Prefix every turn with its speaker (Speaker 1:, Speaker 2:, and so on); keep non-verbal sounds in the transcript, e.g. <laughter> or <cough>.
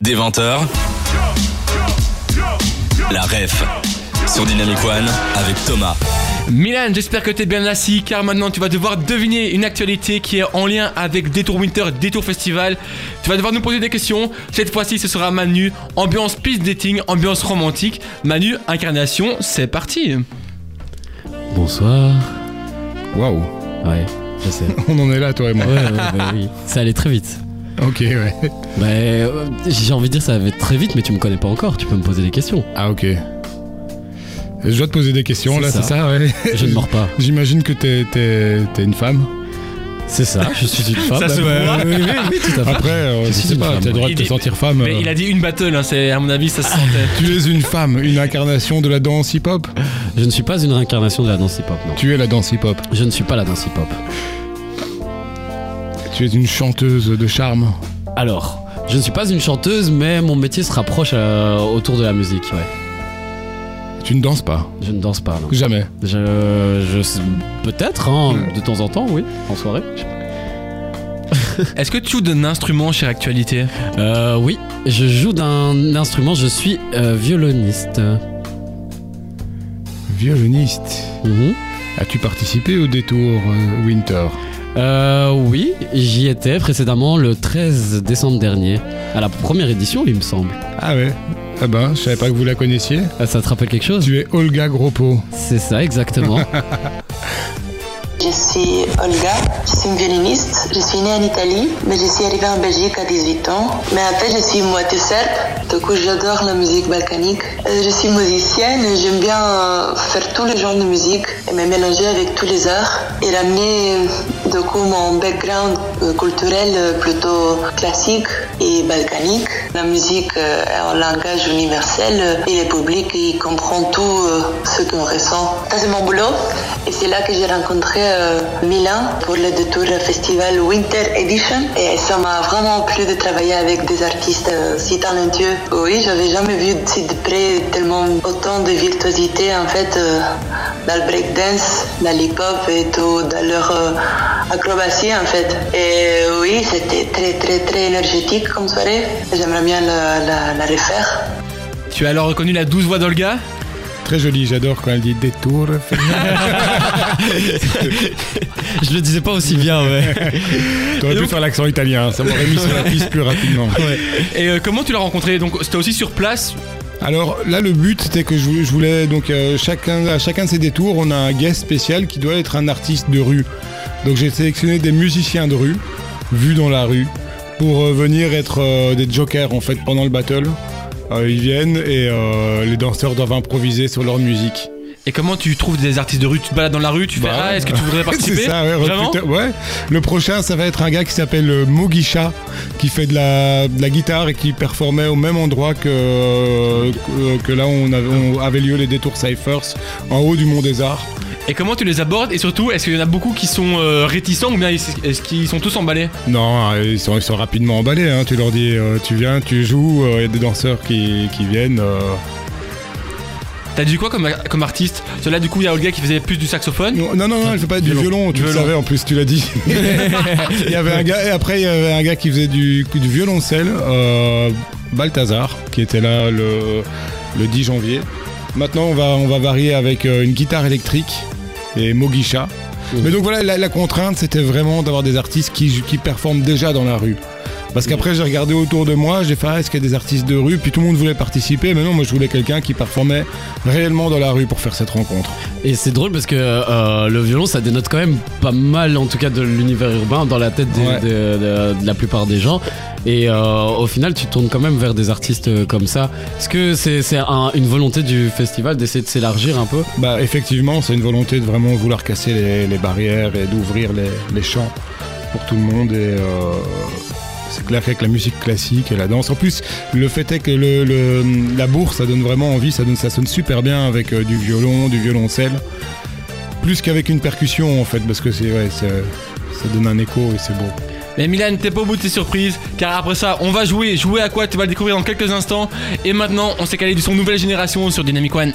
Speaker 1: Des 20h, la ref sur Dynamic One avec Thomas.
Speaker 2: Milan, j'espère que t'es bien assis car maintenant tu vas devoir deviner une actualité qui est en lien avec Détour Winter, Détour Festival. Tu vas devoir nous poser des questions. Cette fois-ci, ce sera Manu, ambiance speed dating, ambiance romantique. Manu, incarnation, c'est parti.
Speaker 3: Bonsoir.
Speaker 4: Waouh, <laughs>
Speaker 3: Ouais, je sais.
Speaker 4: on en est là, toi et
Speaker 3: <laughs>
Speaker 4: moi.
Speaker 3: Ouais, ouais, bah oui. Ça allait très vite.
Speaker 4: Ok, ouais.
Speaker 3: Bah, euh, j'ai envie de dire ça allait très vite, mais tu me connais pas encore. Tu peux me poser des questions.
Speaker 4: Ah, ok. Je dois te poser des questions,
Speaker 3: C'est
Speaker 4: là,
Speaker 3: ça.
Speaker 4: c'est ça, ouais. <laughs>
Speaker 3: Je ne mords pas.
Speaker 4: J'imagine que t'es, t'es, t'es une femme.
Speaker 3: C'est ça. Je suis une femme.
Speaker 2: Ça se
Speaker 3: Bah,
Speaker 2: voit.
Speaker 3: oui, oui, oui, tout à fait.
Speaker 4: Après, euh,
Speaker 3: Je
Speaker 4: je
Speaker 3: suis
Speaker 4: sais
Speaker 3: une
Speaker 4: pas,
Speaker 3: femme,
Speaker 4: t'as le droit de
Speaker 2: Il
Speaker 4: te
Speaker 2: est-
Speaker 4: sentir femme.
Speaker 2: Mais
Speaker 4: euh.
Speaker 2: il a dit une battle, hein, c'est à mon avis ça se sentait.
Speaker 3: <laughs>
Speaker 4: Tu es une femme, une incarnation de la danse hip-hop
Speaker 3: Je ne suis pas une réincarnation de la danse hip-hop. Non.
Speaker 4: Tu es la danse hip-hop.
Speaker 3: Je ne suis pas la danse hip-hop.
Speaker 4: Tu es une chanteuse de charme.
Speaker 3: Alors, je ne suis pas une chanteuse, mais mon métier se rapproche euh, autour de la musique. Ouais.
Speaker 4: Tu ne danses pas.
Speaker 3: Je ne danse pas. Non.
Speaker 4: Jamais.
Speaker 3: Je, je peut-être hein, de temps en temps, oui, en soirée.
Speaker 2: Est-ce que tu joues d'un instrument, chère actualité
Speaker 3: Euh, oui, je joue d'un instrument. Je suis euh, violoniste.
Speaker 4: Violoniste.
Speaker 3: Mhm.
Speaker 4: As-tu participé au détour euh, Winter
Speaker 3: Euh, oui, j'y étais précédemment le 13 décembre dernier, à la première édition, il me semble.
Speaker 4: Ah ouais Ah ben, je savais pas que vous la connaissiez.
Speaker 3: Ah, Ça te rappelle quelque chose
Speaker 4: Tu es Olga Groppo.
Speaker 3: C'est ça, exactement.
Speaker 5: Je suis Olga, je suis une violoniste. Je suis née en Italie, mais je suis arrivée en Belgique à 18 ans. Mais après, je suis moitié serbe. Du coup, j'adore la musique balkanique. Euh, Je suis musicienne et j'aime bien euh, faire tous les genres de musique et me mélanger avec tous les arts et ramener, euh, du coup, mon background euh, culturel euh, plutôt classique et balkanique. La musique euh, est un langage universel euh, et le public, il comprend tout euh, ce qu'on ressent. Ça, c'est mon boulot. Et c'est là que j'ai rencontré euh, Milan pour le détour festival Winter Edition. Et ça m'a vraiment plu de travailler avec des artistes euh, si talentueux. Oui, j'avais jamais vu si de près tellement autant de virtuosité en fait euh, dans le breakdance, dans l'hip-hop et tout, dans leur euh, acrobatie en fait. Et euh, oui, c'était très très très énergétique comme soirée. J'aimerais bien la- la- la refaire.
Speaker 2: Tu as alors reconnu la douce voix d'Olga
Speaker 4: Très jolie, j'adore quand elle dit détour.
Speaker 3: je le disais pas aussi bien, ouais.
Speaker 4: T'aurais pu faire l'accent italien, hein. ça m'aurait mis sur la piste plus <laughs> rapidement.
Speaker 2: <laughs> Et euh, comment tu l'as rencontré Donc c'était aussi sur place
Speaker 4: Alors là, le but c'était que je voulais, je voulais- donc euh, chacun à chacun de ces détours, on a un guest spécial qui doit être un artiste de rue. Donc j'ai sélectionné des musiciens de rue vus dans la rue pour euh, venir être euh, des jokers en fait pendant le battle. Euh, ils viennent et euh, les danseurs doivent improviser sur leur musique.
Speaker 2: Et comment tu trouves des artistes de rue Tu te balades dans la rue, tu fais
Speaker 4: Bah,
Speaker 2: Ah, est-ce que tu
Speaker 3: <laughs>
Speaker 2: voudrais participer
Speaker 4: C'est ça, ouais,
Speaker 2: Vraiment
Speaker 4: recruteur- ouais. Le prochain, ça va être un gars qui s'appelle euh, Mogisha, qui fait de la, de la guitare et qui performait au même endroit que, euh, que- que là où on avait, on avait lieu les détours Cyphers, en haut du Mont des Arts.
Speaker 2: Et comment tu les abordes Et surtout, est-ce qu'il y en a beaucoup qui sont euh, réticents ou bien est-ce est-ce qu'ils sont tous emballés
Speaker 4: Non, euh, ils sont, ils sont rapidement emballés, hein. tu leur dis, euh, tu viens, tu joues, euh, il y a des danseurs qui, qui viennent. euh.
Speaker 2: T'as dit quoi comme, comme artiste Cela du coup, il y a Olga qui faisait plus du saxophone.
Speaker 4: Non, non, non, elle fait pas du
Speaker 2: Violon.
Speaker 4: violon, tu le
Speaker 2: Violon.
Speaker 4: savais en plus, tu
Speaker 2: <laughs>
Speaker 4: l'as dit. il y avait un gars, et après, il y avait un gars qui faisait du, du violoncelle, euh, Balthazar, qui était là le, le 10 janvier. Maintenant, on va, on va varier avec euh, une guitare électrique et Mogisha.
Speaker 2: Mmh.
Speaker 3: Oui.
Speaker 4: Mais donc voilà, la, la contrainte, c'était vraiment d'avoir des artistes qui, qui performent déjà dans la rue. Parce
Speaker 2: Mmh.
Speaker 4: qu'après, j'ai regardé autour de moi, j'ai fait, ah, est-ce qu'il y a des artistes de rue Puis tout le monde voulait participer, mais non, moi, je voulais quelqu'un qui performait réellement dans la rue pour faire cette rencontre.
Speaker 3: Et c'est drôle parce que euh, le violon, ça dénote quand même pas mal, en tout cas de l'univers urbain, dans la tête des-
Speaker 4: Ouais.
Speaker 3: de, de- de la plupart des gens. Et euh, au final, tu tournes quand même vers des artistes euh, comme ça. Est-ce que c'est c'est un- une volonté du festival d'essayer de s'élargir un peu
Speaker 4: Bah effectivement, c'est une volonté de vraiment vouloir casser les, les barrières et d'ouvrir les, les champs pour tout le monde. Et euh, c'est clair qu'avec la musique classique et la danse, en plus, le fait est que le, le- la bourse, ça donne vraiment envie, ça, donne, ça sonne super bien avec euh, du violon, du violoncelle, plus qu'avec une percussion en fait, parce que c'est ouais, c'est- ça donne un écho et c'est beau.
Speaker 2: Mais Milan, t'es pas au bout de tes surprises, car après ça, on va jouer. Jouer à quoi Tu vas le découvrir dans quelques instants. Et maintenant, on s'est calé du son nouvelle génération sur Dynamic One.